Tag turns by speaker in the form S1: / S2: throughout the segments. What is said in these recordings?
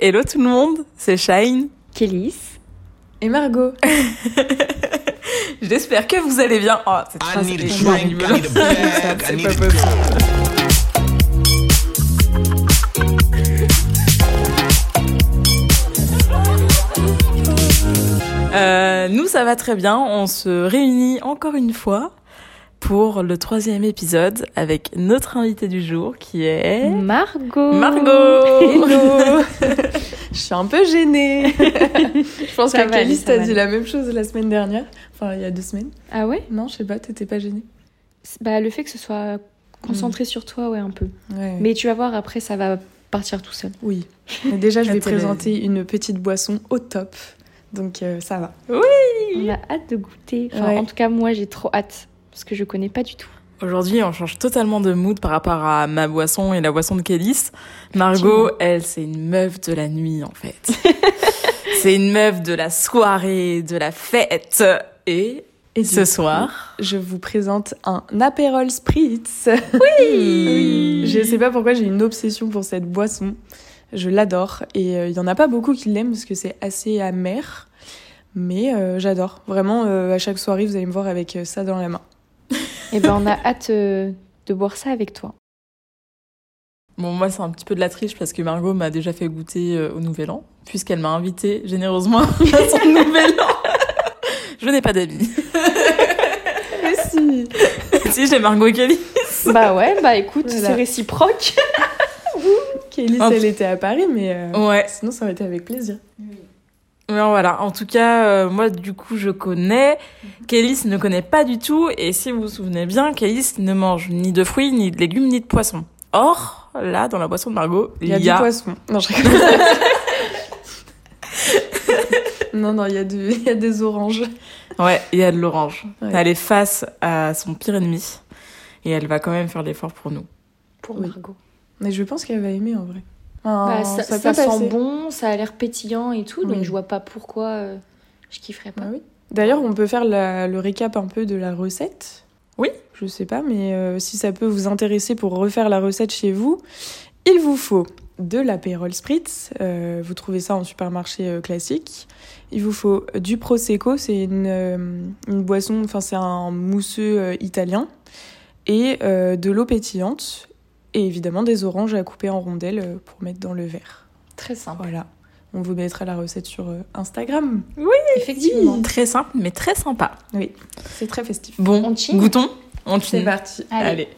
S1: Hello tout le monde, c'est Shine.
S2: Kélis.
S3: Et Margot.
S1: J'espère que vous allez bien. Oh, cette
S4: I
S1: phrase
S4: need a
S1: est
S4: drink,
S1: horrible.
S4: I need a bag, I need a
S1: Euh, nous, ça va très bien. On se réunit encore une fois pour le troisième épisode avec notre invité du jour qui est
S2: Margot.
S1: Margot.
S3: Hello. Je suis un peu gênée. Je pense
S2: Ça
S3: que
S2: va aller,
S3: Calice
S2: ça
S3: t'a
S2: va
S3: dit
S2: aller.
S3: la même chose la semaine dernière. Enfin, il y a deux semaines.
S2: Ah ouais
S3: Non, je sais pas, t'étais pas gênée.
S2: C'est- Bah le fait que ce soit concentré sur toi, ouais, un peu.
S3: Ouais.
S2: Mais tu vas voir, après, ça va partir tout seul.
S3: Oui. Mais déjà, je vais
S1: Attends, les-
S3: présenter une petite boisson au top. Donc, euh, ça va.
S2: On a hâte de goûter. Enfin,
S3: Ouais.
S2: en tout cas, moi, j'ai trop hâte. Parce que je connais pas du tout.
S1: Aujourd'hui, on change totalement de mood par rapport à ma boisson et la boisson de Kélis. Margot, elle, c'est une meuf de la nuit, en fait. c'est une meuf de la soirée, de la fête. Et
S3: Et
S1: ce
S3: du
S1: soir,
S3: je vous présente un Aperol Spritz.
S1: Oui.
S3: Je sais pas pourquoi j'ai une obsession pour cette boisson. Je l'adore et euh, il y en a pas beaucoup qui l'aiment parce que c'est assez amer. Mais euh, j'adore. Vraiment, euh, à chaque soirée, vous allez me voir avec euh, ça dans la main.
S2: Et ben, on a hâte euh, de boire ça avec toi.
S1: bon, moi, c'est un petit peu de la triche parce que Margot m'a déjà fait goûter euh, au Nouvel An, puisqu'elle m'a invité généreusement à son Nouvel An. Je n'ai pas d'amis.
S3: Mais si
S1: si, j'ai Margot et Kélis.
S2: bah ouais, bah écoute,
S3: Voilà.
S2: c'est réciproque.
S3: Kélis,
S1: Hop.
S3: elle était à Paris, mais euh,
S1: Ouais.
S3: sinon, ça aurait été avec plaisir.
S1: Non, voilà. En tout cas, euh, moi, du coup, je connais. Kélis ne connaît pas du tout. Et si vous vous souvenez bien, Kélis ne mange ni de fruits, ni de légumes, ni de poissons. Or, là, dans la boisson de Margot,
S3: Il y a, du poisson. Non, je rigole. non, non, il y, a du- il y a des oranges.
S1: ouais, il y a de l'orange.
S3: Ouais.
S1: Elle est face à son pire ennemi. Et elle va quand même faire l'effort pour nous.
S2: Pour
S3: Oui.
S2: Margot.
S3: Mais je pense qu'elle va aimer en vrai. Enfin,
S2: Bah, ça
S3: ça
S2: ça
S3: peut passer.
S2: sent bon, ça a l'air pétillant et tout, donc
S3: Oui.
S2: je vois pas pourquoi euh, je kifferais pas.
S3: Ah oui. D'ailleurs, on peut faire la- le récap un peu de la recette.
S1: Oui.
S3: Je sais pas, mais euh, si ça peut vous intéresser pour refaire la recette chez vous, il vous faut de l'apérole spritz. euh, vous trouvez ça en supermarché euh, classique. Il vous faut du prosecco, c'est une, euh, une boisson, enfin c'est un mousseux euh, italien, et euh, de l'eau pétillante et évidemment des oranges à couper en rondelles euh, pour mettre dans le verre.
S2: Très simple.
S3: Voilà. On vous mettra la recette sur euh, Instagram.
S2: Effectivement.
S1: Mmh. Très simple, mais très sympa.
S3: C'est très festif.
S1: Bon,
S2: On chine
S1: goûtons. On
S3: C'est
S1: chine.
S3: parti.
S2: Allez.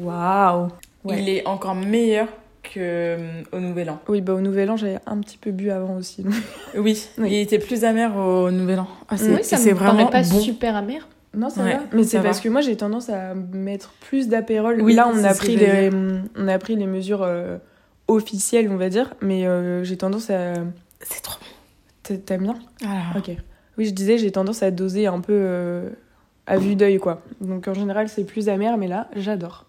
S3: Waouh. Ouais.
S1: Il est encore meilleur que euh, au Nouvel An.
S3: Oui, bah au Nouvel An, j'avais un petit peu bu avant aussi. donc.
S1: Oui,
S3: Oui.
S1: il était plus amer au Nouvel An. Ah, c'est
S2: Oui, ça
S1: c'est
S2: me
S1: vraiment
S2: paraît pas
S1: bon.
S2: super amer.
S3: Non, ça
S1: Ouais,
S3: va. Mais
S1: ça
S3: c'est parce
S1: va.
S3: que moi, j'ai tendance à mettre plus d'apérol.
S1: Oui,
S3: Là, on
S1: c'est
S3: a,
S1: ce
S3: pris
S1: que j'allais
S3: les, on a pris les mesures euh, officielles, on va dire. Mais euh, j'ai tendance à.
S1: C'est trop bon.
S3: T'a- T'aimes bien
S1: Ah.
S3: Ok. Oui, je disais, j'ai tendance à doser un peu euh, à vue d'œil, quoi. Donc en général, c'est plus amer, mais là, j'adore.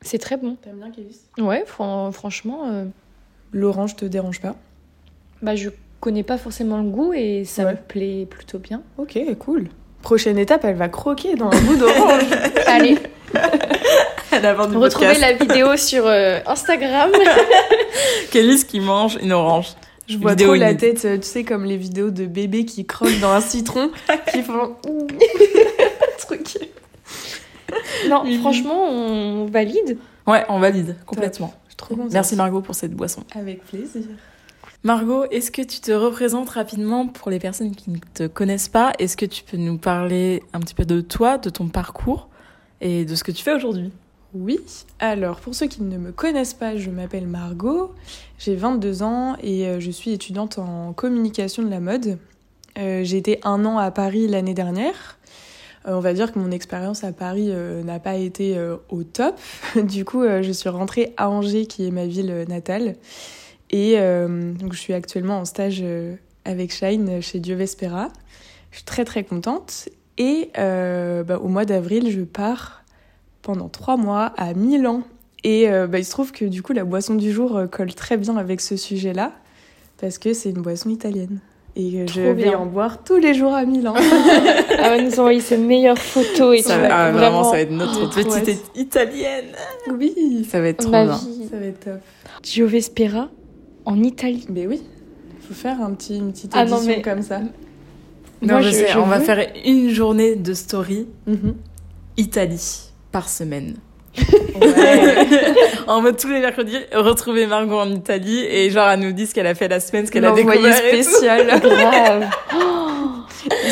S2: C'est très bon.
S3: T'aimes bien, Kévis
S2: Ouais, fran- franchement, euh,
S3: L'orange te dérange pas
S2: bah, je connais pas forcément le goût et ça
S3: Ouais.
S2: me plaît plutôt bien.
S3: Ok, cool. Prochaine étape, elle va croquer dans un bout d'orange.
S2: Allez,
S1: À la fin du
S2: retrouvez
S1: podcast.
S2: la vidéo sur euh, Instagram.
S1: Kélis qui mange une orange.
S3: Je vois
S1: Vidéo
S3: trop la
S1: inédite.
S3: tête, euh, tu sais, comme les vidéos de bébés qui croquent dans un citron, qui font Ouh truc.
S2: non, franchement, on valide.
S1: Ouais, on valide complètement.
S3: Je suis trop contente.
S1: Merci Margot pour cette boisson.
S3: Avec plaisir.
S1: Margot, est-ce que tu te représentes rapidement pour les personnes qui ne te connaissent pas Est-ce que tu peux nous parler un petit peu de toi, de ton parcours et de ce que tu fais aujourd'hui
S3: Oui, alors pour ceux qui ne me connaissent pas, je m'appelle Margot, j'ai 22 ans et euh, je suis étudiante en communication de la mode. Euh, j'ai été un an à Paris l'année dernière. Euh, on va dire que mon expérience à Paris euh, n'a pas été euh, au top. Du coup, euh, je suis rentrée à Angers, qui est ma ville euh, natale. Et euh, donc, je suis actuellement en stage euh, avec Shine euh, chez Dieu Vespera. Je suis très très contente. Et euh, bah, au mois d'avril, je pars pendant trois mois à Milan. Et euh, bah, il se trouve que du coup, la boisson du jour euh, colle très bien avec ce sujet-là, parce que c'est une boisson italienne. Et je
S2: Trop
S3: vais
S2: bien.
S3: en boire tous les jours à Milan.
S2: Elle va nous envoyer ses meilleures photos et
S1: Ça
S2: tout.
S1: va- ah,
S2: Ah, vraiment,
S1: vraiment, ça va être notre
S3: Oh, trop
S1: petite
S3: hâte.
S1: italienne.
S3: oui,
S1: Ça va être trop
S2: ma
S1: bien.
S2: vie.
S3: ça va être top.
S2: Giove Spera en Italie.
S3: Mais oui, faut faire un petit, une petite
S2: Ah non,
S3: édition
S2: mais-
S3: comme ça.
S1: Non,
S2: Moi,
S1: je,
S2: je-
S1: sais,
S2: je
S1: on va
S2: veux-
S1: faire une journée de story
S3: Mhm.
S1: Italie par semaine.
S3: Ouais.
S1: en mode tous les mercredis, retrouver Margot en Italie et genre elle nous dit ce qu'elle a fait la semaine, ce qu'elle a
S3: L'envoyé
S1: découvert et tout.
S3: spécial.
S2: Grave.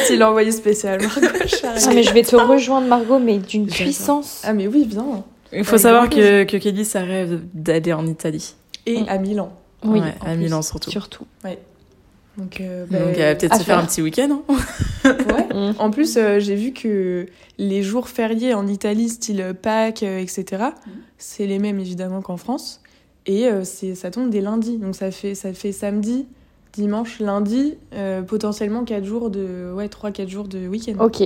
S3: C'est l'envoyé spécial, Margot Charrier.
S2: Non, mais je vais te rejoindre, Margot, mais d'une
S1: J'adore.
S2: puissance.
S3: Ah mais oui, bien.
S1: Il faut
S3: Avec
S1: savoir
S3: grand
S1: que, que Kelly, ça rêve d'aller en Italie.
S3: Et
S2: Mm.
S3: à Milan.
S2: Oui,
S1: Ouais,
S2: en
S1: à
S2: plus,
S1: Milan surtout.
S2: Surtout.
S3: Donc, euh, bah,
S1: Donc elle va peut-être
S2: à
S1: se faire
S2: faire.
S1: un petit week-end. hein.
S3: ouais.
S2: Mm.
S3: En plus, euh, j'ai vu que les jours fériés en Italie, style Pâques, euh, etc., c'est les mêmes évidemment qu'en France. Et euh, c'est, ça tombe des lundis. Donc ça fait, ça fait samedi, dimanche, lundi, euh, potentiellement 4 jours de. Ouais, 3-4 jours de week-end.
S2: Ok,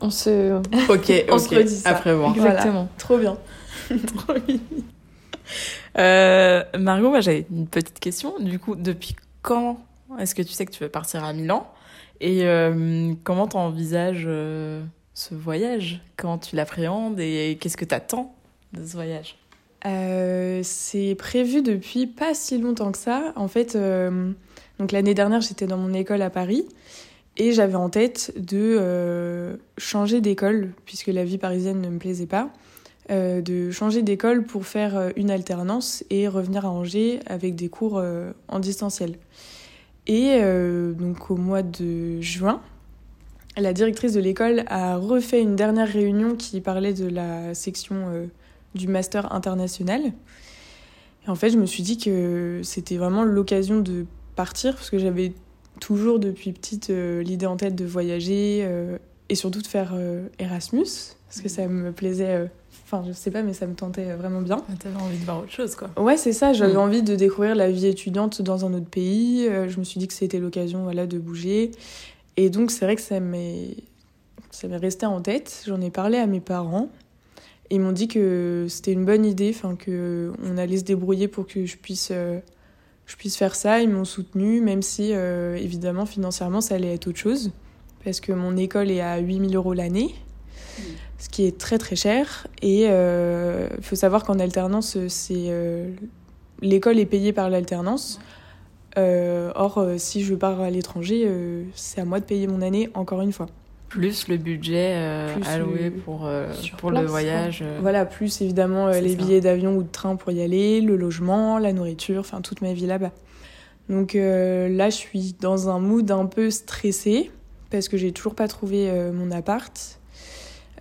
S2: on se.
S1: Ok,
S3: On se
S1: ok,
S3: redit ça.
S1: après voir.
S3: Voilà.
S2: Exactement.
S3: Trop bien.
S1: Euh, Margot, moi j'avais une petite question. Du coup, depuis quand est-ce que tu sais que tu veux partir à Milan Et euh, comment t'envisages euh, ce voyage Quand tu l'appréhendes et qu'est-ce que t'attends de ce voyage
S3: Euh, c'est prévu depuis pas si longtemps que ça. En fait, euh, donc l'année dernière, j'étais dans mon école à Paris et j'avais en tête de euh, changer d'école puisque la vie parisienne ne me plaisait pas, euh, de changer d'école pour faire euh, une alternance et revenir à Angers avec des cours euh, en distanciel. Et euh, donc au mois de juin, la directrice de l'école a refait une dernière réunion qui parlait de la section euh, du master international. Et en fait, je me suis dit que c'était vraiment l'occasion de partir, parce que j'avais toujours depuis petite euh, l'idée en tête de voyager euh, et surtout de faire euh, Erasmus, parce que ça me plaisait, euh, enfin je sais pas, mais ça me tentait euh, vraiment bien.
S1: T'avais envie de voir autre chose, quoi.
S3: Ouais, c'est ça. J'avais
S1: Mm.
S3: envie de découvrir la vie étudiante dans un autre pays. Euh, je me suis dit que c'était l'occasion, voilà, de bouger. Et donc, c'est vrai que ça m'est, ça m'est resté en tête. J'en ai parlé à mes parents. Et ils m'ont dit que c'était une bonne idée, enfin que euh, on allait se débrouiller pour que je puisse, euh, je puisse faire ça. Ils m'ont soutenu, même si euh, évidemment financièrement ça allait être autre chose, parce que mon école est à 8000 euros l'année, ce qui est très très cher. Et il faut savoir qu'en alternance, c'est euh, l'école est payée par l'alternance. Euh, or, euh, si je pars à l'étranger, euh, c'est à moi de payer mon année encore une fois.
S1: Plus le budget euh,
S3: Plus
S1: alloué
S3: le-
S1: pour, euh,
S2: Sur
S1: pour le
S2: place,
S1: voyage. euh.
S3: Voilà, plus évidemment euh,
S1: C'est
S3: les
S1: ça.
S3: billets d'avion ou de train pour y aller, le logement, la nourriture, enfin toute ma vie là-bas. Donc euh, là, je suis dans un mood un peu stressé parce que j'ai toujours pas trouvé euh, mon appart.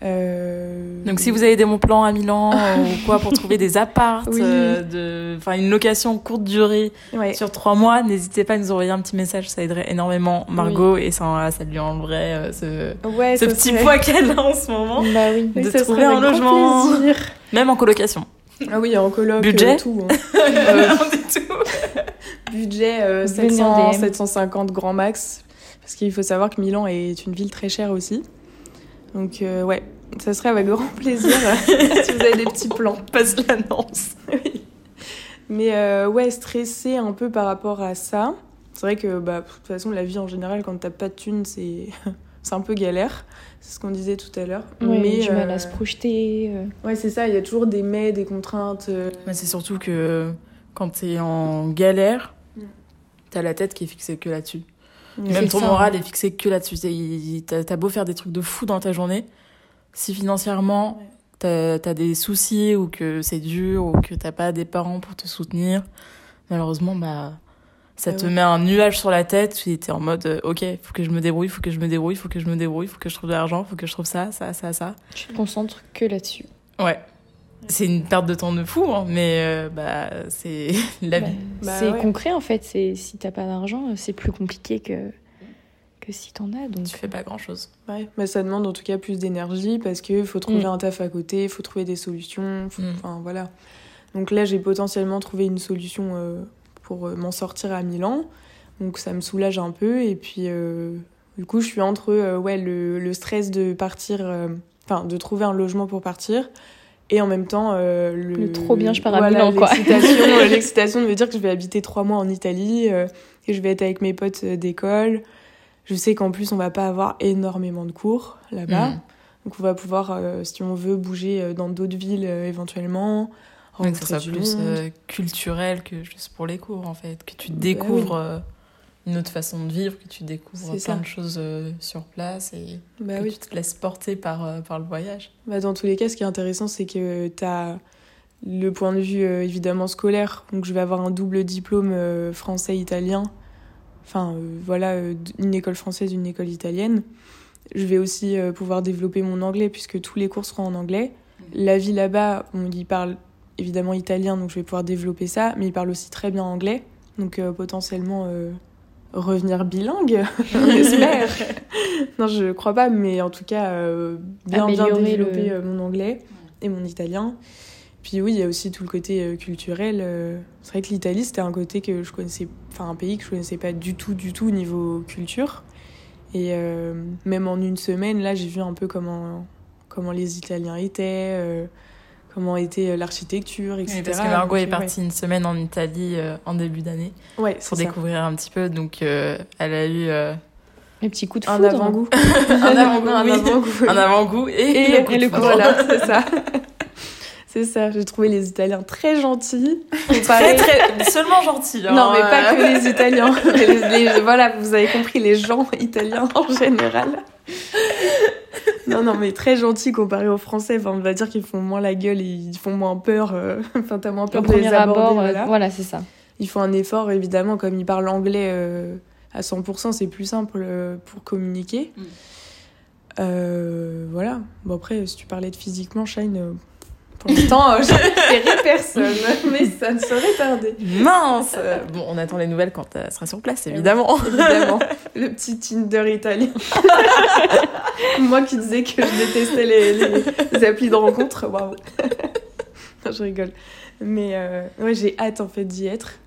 S3: Euh,
S1: Donc si vous avez des bons plans à Milan ou quoi pour trouver des apparts,
S3: Oui.
S1: euh, de, enfin une location courte durée
S3: Ouais.
S1: sur trois mois, n'hésitez pas à nous envoyer un petit message, ça aiderait énormément Margot et ça, ça lui enlèverait euh, ce,
S3: Ouais,
S1: ce
S3: ça
S1: petit
S3: serait-
S1: poids qu'elle a en ce moment,
S2: Bah oui.
S1: de
S3: Oui, ça
S1: trouver
S3: serait
S1: un
S3: avec grand
S1: logement.
S3: plaisir.
S1: même en colocation. Euh,
S3: Ah oui, en coloc,
S1: Budget
S3: euh, tout. hein.
S1: On dit tout.
S3: Budget euh,
S2: Venez
S3: 700,
S2: en DM.
S3: 750 grand max. Parce qu'il faut savoir que Milan est une ville très chère aussi. Donc, euh, ouais, ça serait avec grand plaisir euh, si vous avez des petits plans.
S1: Passe l'annonce.
S3: Mais euh, ouais, stressée un peu par rapport à ça. C'est vrai que bah, de toute façon, la vie en général, quand t'as pas de thunes, c'est c'est un peu galère. C'est ce qu'on disait tout à l'heure.
S2: Ouais, du mal
S3: euh,
S2: à se projeter. euh.
S3: Ouais, c'est ça, il y a toujours des mais, des contraintes. euh,
S1: Mais c'est surtout que euh, quand t'es en galère,
S3: Mm.
S1: t'as la tête qui est fixée que là-dessus.
S3: ouais.
S1: Même
S2: C'est
S1: ton
S2: ça.
S1: moral est fixé que là-dessus. C'est- il- T'as t'as beau faire des trucs de fou dans ta journée, si financièrement
S3: Ouais.
S1: t'as t'as des soucis ou que c'est dur ou que t'as pas des parents pour te soutenir, malheureusement, bah, ça
S3: Ah
S1: te
S3: ouais.
S1: met un nuage sur la tête. Tu t'es en mode, euh, ok, faut que je me débrouille, faut que je me débrouille, faut que je me débrouille, faut que je trouve de l'argent, faut que je trouve ça, ça, ça, ça.
S2: Tu te concentres que là-dessus.
S1: Ouais. C'est une perte de temps de fou, hein, mais euh, bah, c'est la
S2: Bah,
S1: vie.
S3: Bah
S2: c'est
S3: ouais.
S2: concret en fait. C'est si t'as pas d'argent, euh, c'est plus compliqué que que si t'en as. Donc
S1: Tu fais pas grand-chose.
S3: Ouais, mais ça demande en tout cas plus d'énergie parce qu'il faut trouver
S2: Mm.
S3: un taf à côté, il faut trouver des solutions, faut-
S1: Mm.
S3: enfin voilà. Donc là, j'ai potentiellement trouvé une solution euh, pour euh, m'en sortir à Milan, donc ça me soulage un peu et puis euh, du coup, je suis entre euh, ouais le, le stress de partir, euh, enfin de trouver un logement pour partir et en même temps euh, le,
S2: Le trop bien, je pars à
S3: voilà,
S2: Milan, quoi.
S3: l'excitation, euh, L'excitation de me dire que je vais habiter trois mois en Italie. euh, et je vais être avec mes potes euh, d'école. Je sais qu'en plus, on va pas avoir énormément de cours là-bas.
S1: Mhm.
S3: Donc, on va pouvoir, euh, si on veut, bouger euh, dans d'autres villes euh, éventuellement.
S1: Donc ça
S3: rencontrer
S1: soit
S3: du
S1: plus
S3: monde. Bah
S1: euh, culturel que juste pour les cours en fait, que tu découvres euh, une autre façon de vivre, que tu découvres plein
S3: C'est ça.
S1: de choses euh, sur place et
S3: Bah
S1: que
S3: oui.
S1: tu te laisses porter par, euh, par le voyage.
S3: Bah, dans tous les cas, ce qui est intéressant, c'est que tu as le point de vue euh, évidemment scolaire. Donc, je vais avoir un double diplôme euh, français-italien. Enfin, euh, voilà, euh, d- une école française, une école italienne. Je vais aussi euh, pouvoir développer mon anglais puisque tous les cours seront en anglais.
S2: Mm.
S3: La vie là-bas, on y parle évidemment italien, donc je vais pouvoir développer ça, mais ils parlent aussi très bien anglais. Donc, euh, potentiellement euh, revenir bilingue, on espère. non, je crois pas, mais en tout cas, euh, bien, bien
S2: Améliorer
S3: développer
S2: le-
S3: euh, mon anglais et mon italien. Puis oui, il y a aussi tout le côté euh, culturel. euh, C'est vrai que l'Italie, c'était un côté que je connaissais, enfin un pays que je connaissais pas du tout, du tout au niveau culture. Et euh, même en une semaine, là, j'ai vu un peu comment comment les Italiens étaient, euh, comment était euh, l'architecture, etc.
S1: parce que Margot est
S3: Donc, ouais.
S1: partie une semaine en Italie euh, en début d'année
S3: Ouais,
S1: pour
S3: c'est ça.
S1: découvrir un petit peu, donc euh, elle a eu euh,
S2: Un petit coup de
S3: Un
S2: foudre. hein.
S3: avant-goût.
S1: un avant-goût,
S3: Un
S1: oui.
S3: avant-goût.
S1: un avant-goût et,
S3: Et,
S1: le coup
S3: et
S1: de
S3: le coup,
S1: foudre.
S3: voilà, c'est ça. C'est ça, j'ai trouvé les Italiens très gentils.
S1: Très,
S3: comparé-
S1: très- seulement gentil. hein,
S3: Non, mais pas
S1: euh.
S3: que les Italiens. Mais les- les- voilà, vous avez compris, les gens italiens en général. Non, non, mais très gentils comparé aux Français. Enfin, on va dire qu'ils font moins la gueule, et ils font moins peur. euh, Enfin, t'as moins
S2: Au
S3: peur de les
S2: premier
S3: aborder.
S2: abord, euh,
S3: voilà.
S2: voilà, c'est ça.
S3: Ils font un effort, évidemment, comme ils parlent anglais euh, à 100%, c'est plus simple euh, pour communiquer.
S1: Mm.
S3: Euh, voilà. Bon, après, si tu parlais de physiquement, Shine, euh, pour l'instant, euh, je ne personne, mais ça ne serait tardé.
S1: Mince Bon, on attend les nouvelles quand
S3: euh,
S1: elle sera sur place, évidemment.
S3: Évidemment, le petit Tinder italien. Moi qui disais que je détestais les, les- les applis de rencontre, waouh. Non, je rigole. Mais euh, ouais, j'ai hâte en fait d'y être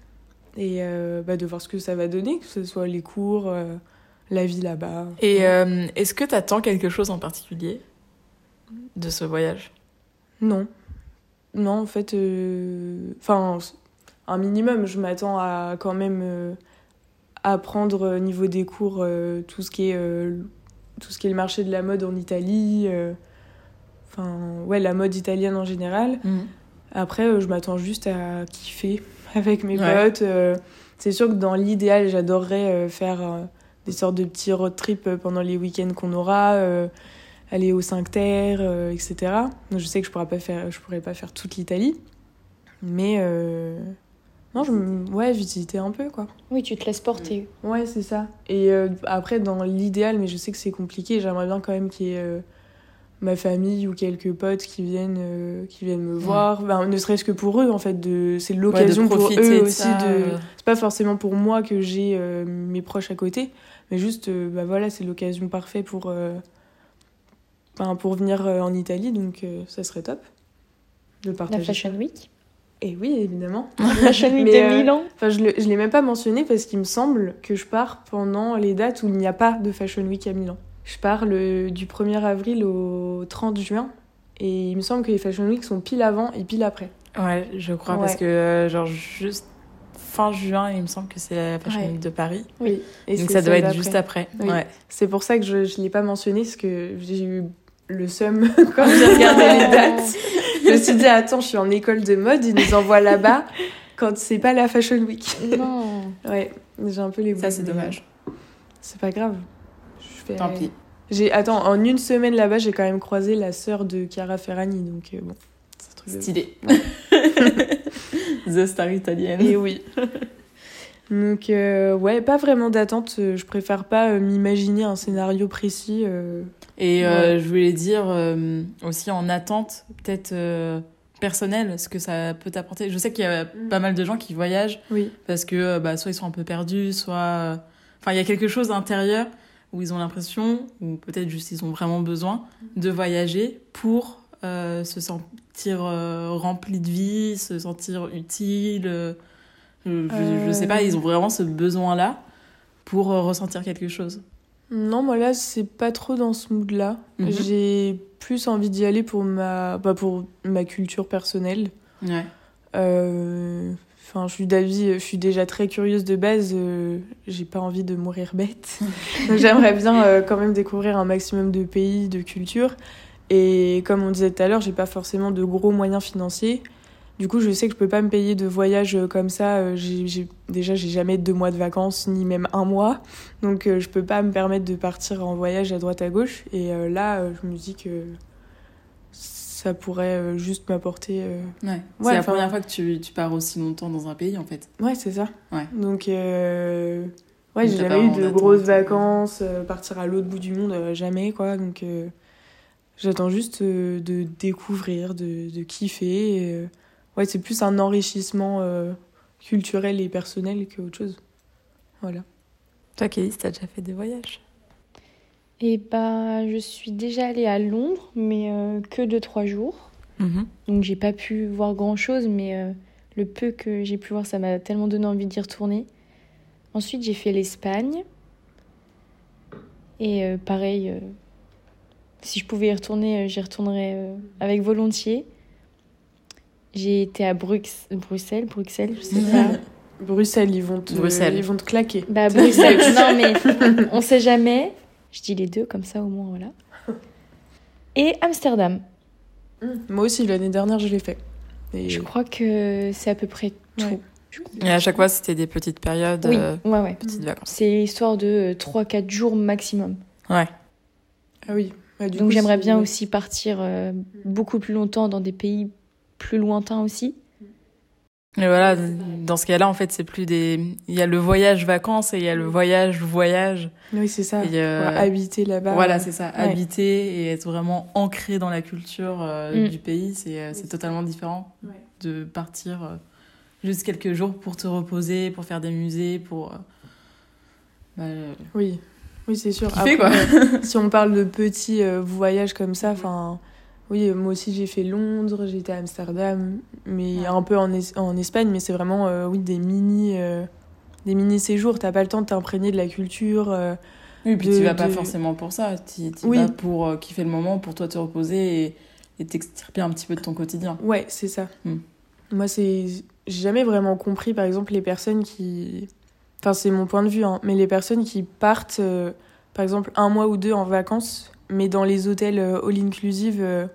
S3: et euh, bah, de voir ce que ça va donner, que ce soit les cours, euh, la vie là-bas.
S1: Et euh, est-ce que t'attends quelque chose en particulier de ce voyage
S3: Non. Non, en fait, euh, enfin, un minimum. Je m'attends à quand même euh, apprendre au niveau des cours euh, tout ce qui est euh, tout ce qui est le marché de la mode en Italie. euh, Enfin, ouais, la mode italienne en général.
S1: Mm.
S3: Après, euh, je m'attends juste à kiffer avec mes
S1: Ouais.
S3: potes. euh, c'est sûr que dans l'idéal, j'adorerais euh, faire euh, des sortes de petits road trips euh, pendant les week-ends qu'on aura, euh, aller aux Cinque Terre, euh, etc. Donc, je sais que je pourrais pas faire, je pourrais pas faire toute l'Italie, mais euh, non, je, m- ouais, visiter un peu quoi.
S2: Oui, tu te laisses porter.
S3: Ouais, c'est ça. Et euh, après, dans l'idéal, mais je sais que c'est compliqué, j'aimerais bien quand même qu'il y ait euh, ma famille ou quelques potes qui viennent, euh, qui viennent me voir. Ben, ne serait-ce que pour eux, en fait. De... C'est l'occasion pour eux aussi de... euh. C'est pas forcément pour moi que j'ai euh, mes proches à côté, mais juste, euh, bah voilà, c'est l'occasion parfaite pour, euh, ben, pour venir euh, en Italie, donc euh, ça serait top de
S2: La
S3: partager.
S2: Fashion Week.
S3: Et oui, évidemment.
S2: Fashion Week
S3: Mais,
S2: de
S3: euh,
S2: Milan.
S3: Enfin, je ne l'ai même pas mentionné parce qu'il me semble que je pars pendant les dates où il n'y a pas de Fashion Week à Milan. Je pars le, du 1er avril au 30 juin et il me semble que les Fashion Week sont pile avant et pile après.
S1: euh, Ouais, je crois, parce
S3: Ouais.
S1: que euh, genre juste fin juin, il me semble que c'est la Fashion
S3: Ouais.
S1: Week de Paris.
S3: Oui. Et
S1: donc
S3: c'est
S1: ça doit
S3: celle
S1: être
S3: d'après.
S1: juste après.
S3: Oui.
S1: Ouais.
S3: C'est pour ça que je ne l'ai pas mentionné parce que j'ai eu le seum quand
S1: Ah,
S3: j'ai regardé les dates. Je me suis dit, attends, je suis en école de mode, ils nous envoient là-bas quand c'est pas la Fashion Week.
S2: Non.
S3: Ouais, j'ai un peu les
S1: Ça,
S3: boules,
S1: c'est
S3: mais
S1: dommage.
S3: C'est pas grave. Je fais...
S1: Tant pis.
S3: J'ai attends en une semaine là-bas j'ai quand même croisé la sœur de Chiara Ferragni donc euh, bon c'est un truc de-
S1: Stylé. The star italienne.
S3: Et oui. donc euh, ouais pas vraiment d'attente euh, je préfère pas euh, m'imaginer un scénario précis euh,
S1: Et euh, je voulais dire euh, aussi en attente, peut-être euh, personnelle, ce que ça peut t'apporter. Je sais qu'il y a pas mal de gens qui voyagent
S3: oui
S1: parce que euh, bah, soit ils sont un peu perdus, soit. euh, Enfin, il y a quelque chose d'intérieur où ils ont l'impression, ou peut-être juste ils ont vraiment besoin, de voyager pour euh, se sentir euh, rempli de vie, se sentir utile. euh, je, je- je sais pas,
S3: Euh.
S1: ils ont vraiment ce besoin-là pour euh, ressentir quelque chose.
S3: non moi là c'est pas trop dans ce mood là
S1: Mhm.
S3: j'ai plus envie d'y aller pour ma bah, pour ma culture personnelle
S1: Ouais.
S3: Euh, Enfin, je suis d'avis, je suis déjà très curieuse de base, euh, j'ai pas envie de mourir bête. Donc, J'aimerais bien euh, quand même découvrir un maximum de pays, de cultures. Et comme on disait tout à l'heure, j'ai pas forcément de gros moyens financiers. Du coup, je sais que je peux pas me payer de voyage euh, comme ça. Euh, j'ai- j'ai- déjà, j'ai jamais deux mois de vacances, ni même un mois. Donc, euh, je peux pas me permettre de partir en voyage à droite à gauche. Et euh, là, euh, je me dis que ça pourrait euh, juste m'apporter. euh,
S1: Ouais.
S3: Ouais,
S1: c'est la
S3: enfin-
S1: première fois que tu, tu pars aussi longtemps dans un pays en fait.
S3: Ouais, c'est ça.
S1: Ouais.
S3: Donc, euh... ouais,
S1: Donc,
S3: j'ai
S1: t'as
S3: jamais eu
S1: pas
S3: de
S1: d'attente.
S3: grosses vacances, euh, partir à l'autre bout du monde, euh, jamais, quoi. Donc, euh, j'attends juste euh, de découvrir, de, de kiffer. et, euh, Ouais, c'est plus un enrichissement euh, culturel et personnel qu'autre chose. Voilà.
S1: Toi, Kélis, t'as déjà fait des voyages
S2: Et ben, je suis déjà allée à Londres, mais euh, que deux, trois jours.
S1: Mm-hmm.
S2: Donc j'ai pas pu voir grand chose, mais euh, le peu que j'ai pu voir, ça m'a tellement donné envie d'y retourner. Ensuite, j'ai fait l'Espagne. Et euh, pareil, euh, si je pouvais y retourner, euh, j'y retournerais euh, avec volontiers. J'ai été à Brux- Bruxelles, Bruxelles, je sais pas.
S3: Bruxelles, ils vont te,
S1: Bruxelles.
S3: Ils vont te claquer.
S2: Bah, Bruxelles, non mais on sait jamais. Je dis les deux comme ça au moins, voilà. Et Amsterdam.
S1: Mm.
S3: Moi aussi, l'année dernière, je l'ai fait. Et
S2: Je crois que c'est à peu près tout.
S3: Ouais.
S2: Je crois.
S1: Et à chaque fois, c'était des petites périodes,
S2: Oui,
S1: euh,
S2: ouais, ouais.
S1: petites vacances.
S2: C'est histoire de 3-4 jours maximum.
S1: Ouais.
S3: Ah oui. Ouais, Mm. du
S2: Donc
S3: coup,
S2: j'aimerais
S3: c'est-
S2: bien aussi partir euh, beaucoup plus longtemps dans des pays plus lointains aussi.
S1: Et voilà, dans ce cas-là, en fait, c'est plus des. Il y a le voyage vacances et il y a le voyage voyage.
S3: Oui, c'est ça.
S1: Et, euh,
S3: Pouvoir Ah, Habiter là-bas.
S1: voilà, c'est ça.
S3: ouais.
S1: Habiter et être vraiment ancré dans la culture euh,
S2: Mm.
S1: du pays, c'est euh, c'est totalement différent
S3: Ouais.
S1: de partir euh, juste quelques jours pour te reposer, pour faire des musées, pour. euh, bah, euh,
S3: Oui, oui, c'est sûr. euh,
S1: Kiffer,
S3: si on parle de petits euh, voyages comme ça, enfin, oui, euh, moi aussi j'ai fait Londres, j'ai été à Amsterdam, mais
S1: Ouais.
S3: un peu en, Es- en Espagne, mais c'est vraiment, euh, oui, des mini, euh, des mini séjours. T'as pas le temps de t'imprégner de la culture. euh,
S1: Oui, puis
S3: de-
S1: tu vas pas
S3: de-
S1: forcément pour ça. Tu tu
S3: Oui.
S1: vas pour euh, kiffer le moment, pour toi te reposer et- et t'extirper un petit peu de ton quotidien.
S3: Ouais, c'est ça.
S1: Hmm.
S3: Moi, c'est, j'ai jamais vraiment compris, par exemple, les personnes qui, enfin, c'est mon point de vue, hein, mais les personnes qui partent, euh, par exemple, un mois ou deux en vacances, mais dans les hôtels euh, all inclusive, euh,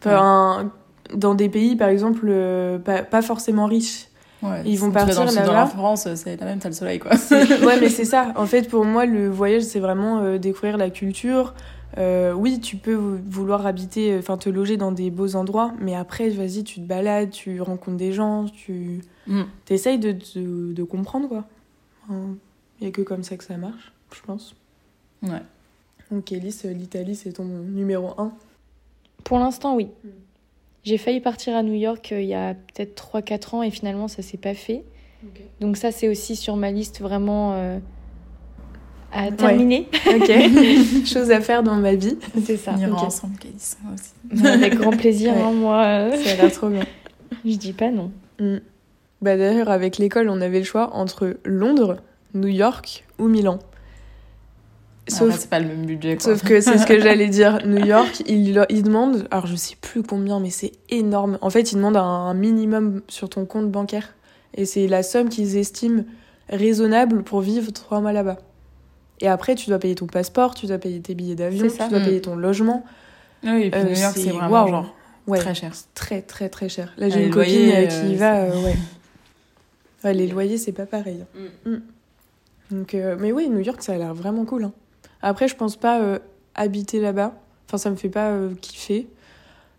S3: enfin, un- dans des pays, par exemple, euh, pas, pas forcément riches.
S1: Ouais,
S3: Ils
S1: si
S3: vont
S1: tu vas dans
S3: partir
S1: le sud de
S3: là-bas.
S1: la France, c'est la même, t'as le soleil quoi.
S3: ouais, mais c'est ça. En fait, pour moi, le voyage, c'est vraiment euh, découvrir la culture. Euh, oui, tu peux vou- vouloir habiter, euh, enfin te loger dans des beaux endroits, mais après, vas-y, tu te balades, tu rencontres des gens, tu
S1: Mm.
S3: t'essayes de, de, de comprendre, quoi. Enfin, Il n'y a que comme ça que ça marche, je pense.
S1: Ouais.
S3: Donc, Elise, euh, l'Italie, c'est ton numéro 1.
S2: Pour l'instant, oui.
S3: Mm.
S2: J'ai failli partir à New York euh, il y a peut-être 3-4 ans et finalement ça s'est pas fait. Donc ça c'est aussi sur ma liste vraiment euh, à terminer.
S3: Ok, chose à faire dans ma vie.
S2: C'est ça.
S1: On ira
S3: ok.
S1: ensemble, Calice. moi aussi.
S2: Non, Avec grand plaisir,
S3: Ouais.
S2: hein, moi. euh,
S3: Ça a l'air trop bien.
S2: Je dis pas non.
S3: Mm. Bah d'ailleurs, avec l'école, on avait le choix entre Londres, New York ou Milan.
S1: Sauf...
S3: Sauf,
S1: Ah, bah, c'est pas le même budget quoi.
S3: sauf que c'est ce que j'allais dire. New York, ils il demandent, alors je sais plus combien, mais c'est énorme. En fait, ils demandent un, un minimum sur ton compte bancaire. Et c'est la somme qu'ils estiment raisonnable pour vivre trois mois là-bas. Et après, tu dois payer ton passeport, tu dois payer tes billets d'avion,
S2: C'est ça.
S3: tu dois
S1: Mm.
S3: payer ton logement.
S1: Oui, et puis
S3: Euh,
S1: New York,
S3: c'est-
S1: c'est vraiment
S3: waouh.
S1: genre
S3: Ouais,
S1: très cher.
S2: Euh,
S3: très très très cher. Là,
S1: Ah,
S3: j'ai une
S1: les
S3: copine
S1: loyers,
S3: euh,
S1: euh,
S3: qui y va, euh, ouais. Ouais, les loyers, c'est pas pareil. hein. Mm. Donc, euh, mais oui, New York, ça a l'air vraiment cool. hein. Après, je pense pas euh, habiter là-bas. Enfin, ça me fait pas euh, kiffer.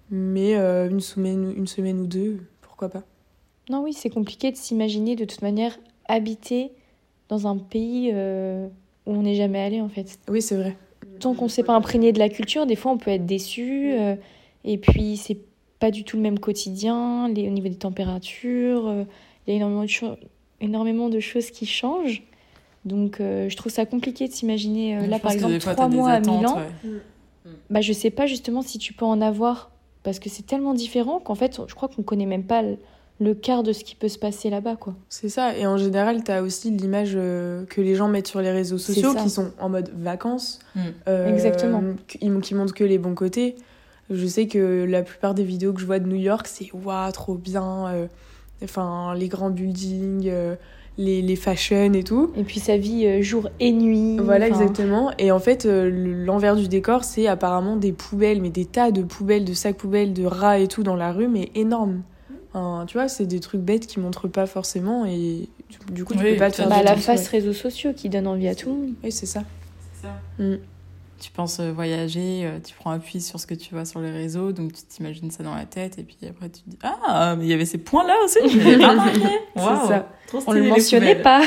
S3: Mais euh, une, semaine, une semaine ou deux, pourquoi pas.
S2: Non, oui, c'est compliqué de s'imaginer de toute manière habiter dans un pays euh, où on n'est jamais allé en fait.
S3: Oui, c'est vrai.
S2: Tant qu'on s'est pas imprégné de la culture, des fois on peut être déçu. euh, et puis c'est pas du tout le même quotidien, les, au niveau des températures, euh, il y a énormément de, cho- énormément de choses qui changent. Donc euh, je trouve ça compliqué de s'imaginer euh,
S1: Je
S2: là
S1: pense
S2: par
S1: que
S2: exemple
S1: des fois,
S2: trois
S1: t'as des
S2: mois à
S1: attentes,
S2: Milan.
S1: ouais.
S2: Bah, je sais pas justement si tu peux en avoir parce que c'est tellement différent qu'en fait, je crois qu'on connaît même pas le- le quart de ce qui peut se passer là-bas quoi.
S3: C'est ça. Et en général, t'as aussi l'image euh, que les gens mettent sur les réseaux
S2: C'est
S3: sociaux
S2: ça.
S3: qui sont en mode vacances.
S1: Mm.
S3: euh,
S2: Exactement.
S3: Qui, qui montrent que les bons côtés. Je sais que la plupart des vidéos que je vois de New York, c'est waouh, trop bien. euh, Enfin, les grands buildings, euh, les, les fashions et tout.
S2: Et puis sa vie euh, jour et nuit.
S3: Voilà,
S2: enfin,
S3: exactement. Et en fait, euh, le- l'envers du décor, c'est apparemment des poubelles, mais des tas de poubelles, de sacs poubelles, de rats et tout dans la rue, mais énormes. Enfin, tu vois, c'est des trucs bêtes qui montrent pas forcément et du- du coup, tu
S1: Oui,
S3: peux pas te faire
S1: bah,
S2: bah,
S3: de
S2: la
S3: trucs,
S2: face réseaux sociaux qui donne envie à tout le monde.
S3: ouais. Oui, c'est ça.
S2: Mm.
S1: Tu penses euh, voyager, euh, tu prends appui sur ce que tu vois sur les réseaux, donc tu t'imagines ça dans la tête, et puis après tu te dis Ah, mais il y avait ces points-là aussi, je l'avais pas remarqué. Waouh,
S3: ça.
S1: trop
S2: On
S1: stylé,
S2: le
S1: les
S2: mentionnait
S1: poubelles.
S2: pas.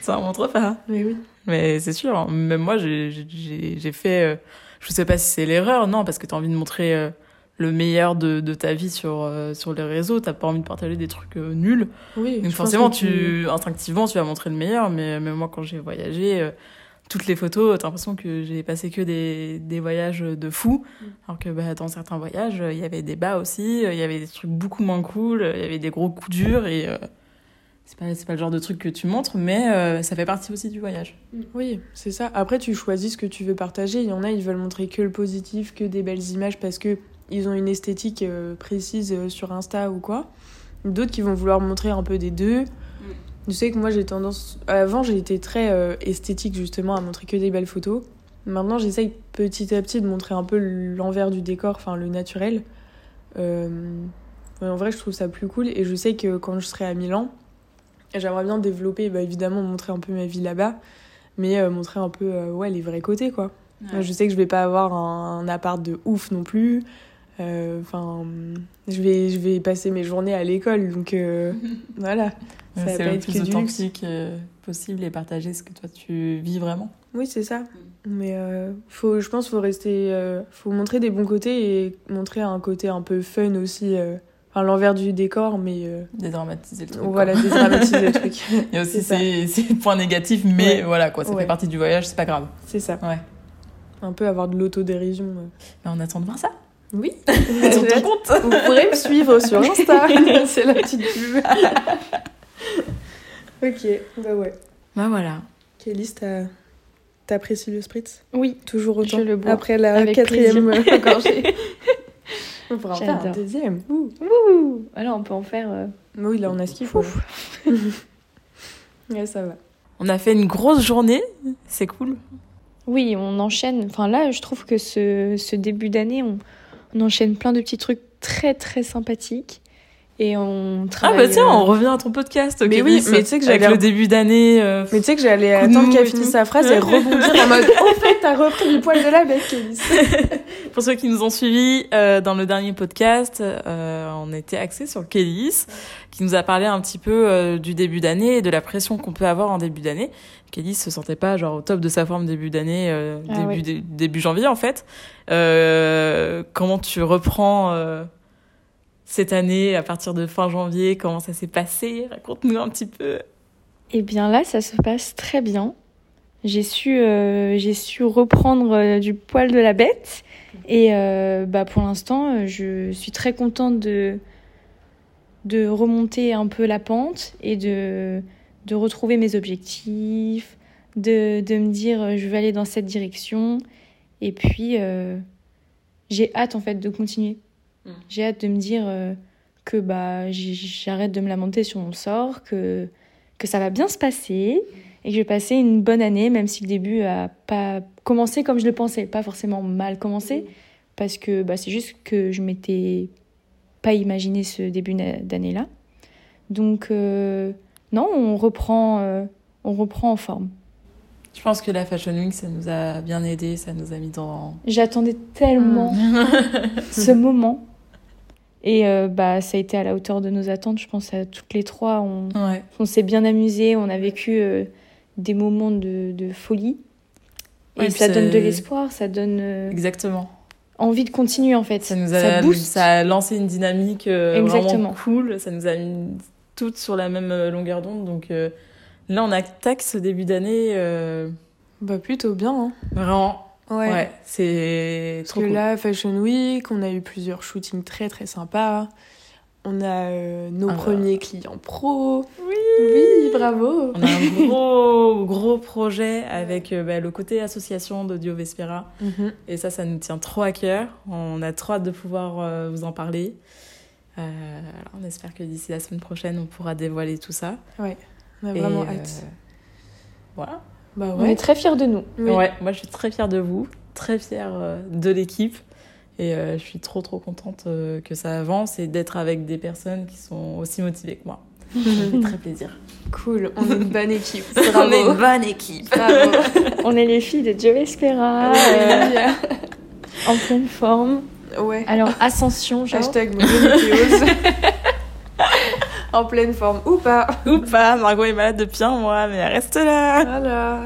S1: Ça montre pas.
S3: Mais oui.
S1: Mais c'est sûr, hein. même moi j'ai- j'ai j'ai fait. euh, je sais pas si c'est l'erreur, non, parce que t'as envie de montrer euh, le meilleur de, de ta vie sur, euh, sur les réseaux, t'as pas envie de partager des trucs euh, nuls.
S3: Oui.
S1: Donc
S3: je pense
S1: forcément,
S3: que
S1: tu, instinctivement, tu vas montrer le meilleur, mais, mais moi, quand j'ai voyagé, euh, toutes les photos, t'as l'impression que j'ai passé que des, des voyages de fous,
S3: Mm.
S1: alors que bah, dans certains voyages, euh, il y avait des bas aussi, euh, il y avait des trucs beaucoup moins cool, euh, il y avait des gros coups durs, et euh, c'est pas, c'est pas le genre de truc que tu montres, mais euh, ça fait partie aussi du voyage.
S3: Oui, c'est ça. Après, tu choisis ce que tu veux partager. Il y en a, ils veulent montrer que le positif, que des belles images parce que ils ont une esthétique euh, précise euh, sur Insta ou quoi. D'autres qui vont vouloir montrer un peu des deux. Tu sais que moi, j'ai tendance. Avant, j'ai été très euh, esthétique justement à montrer que des belles photos. Maintenant, j'essaye petit à petit de montrer un peu l'envers du décor, enfin le naturel. Euh, ouais, en vrai, je trouve ça plus cool. Et je sais que quand je serai à Milan, j'aimerais bien développer, bah, évidemment, montrer un peu ma vie là-bas mais euh, montrer un peu euh, ouais, les vrais côtés quoi. Moi, Je sais que je vais pas avoir un, un appart de ouf non plus. Euh, Enfin, je vais je vais passer mes journées à l'école donc euh, voilà. Ça va
S1: C'est
S3: pas
S1: le
S3: être
S1: plus
S3: que du luxe.
S1: authentique euh, possible et partager ce que toi tu vis vraiment.
S3: Oui, c'est
S2: Mm.
S3: ça. Mais euh, faut je pense faut rester euh, faut montrer des bons côtés et montrer un côté un peu fun aussi euh, enfin l'envers du décor mais euh,
S1: Dédramatiser le truc. quoi.
S3: voilà, dédramatiser le truc.
S1: Il y a aussi
S3: c'est ça.
S1: ces, ces points négatifs, mais
S3: Ouais.
S1: voilà, quoi, ça
S3: Ouais.
S1: fait partie du voyage, c'est pas grave.
S3: C'est ça.
S1: Ouais.
S3: Un peu avoir de l'autodérision. euh.
S1: Mais on attend de voir ça.
S3: Oui.
S1: Sur ton compte.
S3: Vous pourrez me suivre sur Insta. C'est la petite pub. ok, bah ouais.
S1: Bah voilà.
S3: Kélis, t'as- t'apprécies le spritz
S2: Oui,
S3: Toujours autant.
S2: Je le bois
S3: Après la
S2: avec
S3: quatrième
S2: plaisir.
S3: euh, gorgée. on pourra en faire un
S2: J'adore.
S3: deuxième. Ouh.
S2: Ouh. Alors on peut en faire. euh,
S3: Mais oui, là, on a ce qu'il faut. ouais, ça va.
S1: On a fait une grosse journée, c'est cool.
S2: Oui, on enchaîne. Enfin là, je trouve que ce, ce début d'année, on, on enchaîne plein de petits trucs très très sympathiques et on
S1: Ah
S2: travaille.
S1: bah tiens,
S2: euh,
S1: on revient à ton podcast.
S3: Mais
S1: Kélis.
S3: oui, mais tu sais que j'avais
S1: avec le
S3: l'air-
S1: début d'année. euh,
S3: Mais tu sais que j'allais
S1: Coup de
S3: attendre
S1: mou
S3: qu'elle
S1: et
S3: finisse
S1: tout.
S3: sa phrase et rebondir en mode « Au fait, t'as repris du poil de la bête, Kélis
S1: Pour ceux qui nous ont suivis euh, dans le dernier podcast, euh, on était axé sur Kélis, qui nous a parlé un petit peu euh, du début d'année et de la pression qu'on peut avoir en début d'année. Kélis se sentait pas genre au top de sa forme début d'année, euh,
S2: Ah
S1: début,
S2: ouais.
S1: dé- début janvier en fait. Euh, comment tu reprends euh, cette année à partir de fin janvier Comment ça s'est passé Raconte-nous un petit peu.
S2: Eh bien là, ça se passe très bien. J'ai su, euh, j'ai su reprendre euh, du poil de la bête. Et euh, bah, pour l'instant, euh, je suis très contente de, de remonter un peu la pente et de, de retrouver mes objectifs, de, de me dire euh, je vais aller dans cette direction. Et puis, euh, j'ai hâte en fait de continuer.
S1: Mm.
S2: J'ai hâte de me dire euh, que bah, j- j'arrête de me lamenter sur mon sort, que que ça va bien se passer et que je vais passer une bonne année, même si le début a pas commencé comme je le pensais, pas forcément mal commencé, parce que bah, c'est juste que je m'étais pas imaginé ce début na- d'année-là. Donc euh, non, on reprend, euh, on reprend en forme.
S1: Je pense que la Fashion Week, ça nous a bien aidé, ça nous a mis dans...
S2: J'attendais tellement ce moment. Et euh, bah, ça a été à la hauteur de nos attentes, je pense à toutes les trois. On,
S1: Ouais.
S2: On s'est bien amusé, on a vécu euh, des moments de, de folie. Et
S1: Ouais, puis
S2: ça
S1: c'est-
S2: donne de l'espoir, ça donne euh,
S1: Exactement.
S2: envie de continuer en fait.
S1: Ça nous a,
S2: ça booste.
S1: ça a lancé une dynamique euh,
S2: Exactement.
S1: vraiment cool. Ça nous a mis toutes sur la même euh, longueur d'onde. Donc euh, là, on attaque ce début d'année euh, ».
S3: Bah plutôt bien, hein.
S1: vraiment. Ouais, c'est
S3: Parce
S1: trop
S3: que
S1: cool.
S3: là, Fashion Week, on a eu plusieurs shootings très très sympas. On a euh, nos
S1: Ah.
S3: premiers clients pro.
S1: Oui.
S3: Oui, bravo.
S1: On a un gros, gros projet avec euh, bah, le côté association de Dio Vespera.
S3: Mhm.
S1: Et ça, ça nous tient trop à cœur. On a trop hâte de pouvoir euh, vous en parler. Euh, alors, on espère que d'ici la semaine prochaine, on pourra dévoiler tout ça.
S3: On a
S1: Et,
S3: vraiment
S1: euh,
S3: hâte.
S1: Voilà.
S3: Bah
S2: On est très fiers de nous.
S3: Oui.
S1: Ouais, moi, je suis très fière de vous, très fière euh, de l'équipe. Et euh, je suis trop, trop contente euh, que ça avance et d'être avec des personnes qui sont aussi motivées que moi. Ça fait très plaisir.
S3: Cool, on est une bonne équipe.
S1: On est
S3: Mhm. Bravo.
S1: une bonne équipe.
S3: Bravo.
S2: On est les filles de Joe
S3: Ah,
S1: Ah
S2: Esquera, euh, en pleine forme.
S3: ouais.
S2: Alors, ascension,
S1: Ah,
S2: genre.
S3: Hashtag mononucléose. en pleine forme ou pas.
S1: Ou pas, ah, Margot est malade depuis un mois, mais elle reste là.
S3: Voilà.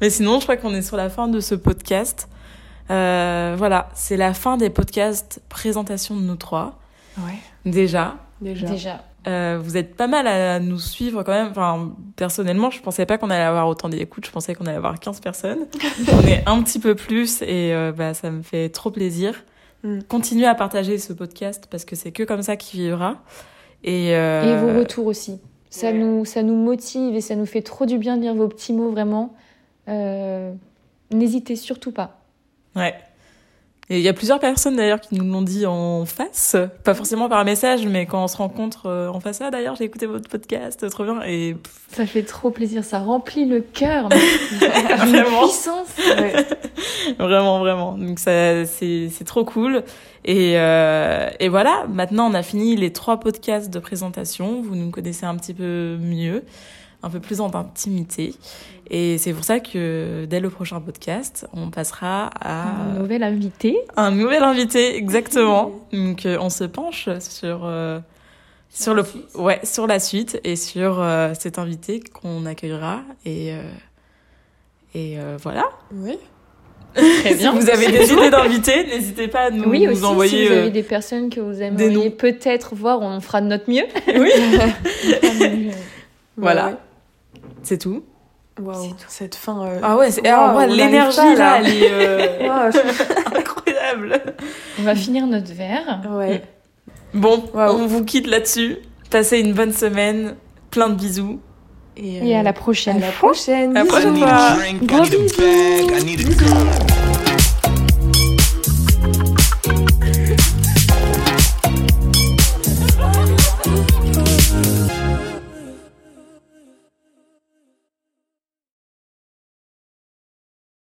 S1: Mais sinon, je crois qu'on est sur la fin de ce podcast. Euh, voilà, c'est la fin des podcasts présentation de nous trois.
S3: Ouais.
S1: Déjà,
S3: Déjà.
S2: Déjà.
S1: Euh, vous êtes pas mal à nous suivre quand même. Enfin, personnellement, je pensais pas qu'on allait avoir autant d'écoutes. Je pensais qu'on allait avoir 15 personnes. On est un petit peu plus et euh, bah, ça me fait trop plaisir.
S3: Mm.
S1: Continuez à partager ce podcast parce que c'est que comme ça qu'il vivra. Et, euh,
S2: Et vos retours aussi. Ça,
S3: ouais.
S2: nous, ça nous motive et ça nous fait trop du bien de lire vos petits mots, vraiment. Euh, N'hésitez surtout pas.
S1: Ouais. Et il y a plusieurs personnes d'ailleurs qui nous l'ont dit en face, pas forcément par message, mais quand on se rencontre euh, en face, ah d'ailleurs j'ai écouté votre podcast, trop bien. Et pff,
S2: Ça fait trop plaisir, ça remplit le cœur. mais d'une
S1: vraiment,
S2: puissance.
S3: Ouais.
S1: Vraiment, vraiment. Donc ça, c'est c'est trop cool. Et, euh, et voilà, maintenant on a fini les trois podcasts de présentation. Vous nous connaissez un petit peu mieux, un peu plus en intimité. Et c'est pour ça que dès le prochain podcast, on passera
S2: Un
S1: à
S2: nouvel invité.
S1: un nouvel invité, exactement. Donc euh, on se penche sur euh, sur le ouais sur la suite et sur euh, cet invité qu'on accueillera et euh, et euh, voilà.
S3: Oui.
S2: Très
S1: Si vous avez des idées d'invités, n'hésitez pas à nous,
S2: Oui,
S1: nous
S2: aussi,
S1: envoyer.
S2: si vous
S1: euh,
S2: avez des personnes que vous
S1: des
S2: aimeriez
S1: noms.
S2: peut-être voir, on fera de notre mieux.
S1: Oui,
S3: Bah
S1: voilà. C'est tout.
S3: ouais. Waouh.
S2: C'est tout.
S3: Cette fin. euh,
S1: Ah ouais, c'est-
S3: Waouh,
S1: ah, en vrai,
S3: on n'arrive
S1: l'énergie
S3: pas,
S1: là,
S3: là.
S1: elle est euh,
S3: waouh.
S1: incroyable.
S2: On va finir notre verre.
S3: Ouais.
S1: Bon,
S3: Waouh.
S1: on vous quitte là-dessus. Passez une bonne semaine, plein de bisous.
S3: Et,
S2: Et
S3: euh,
S2: à la
S3: à
S2: prochaine.
S3: la prochaine.
S1: À la
S3: Bisous.
S1: prochaine
S4: I need a drink, I need a bag, I need a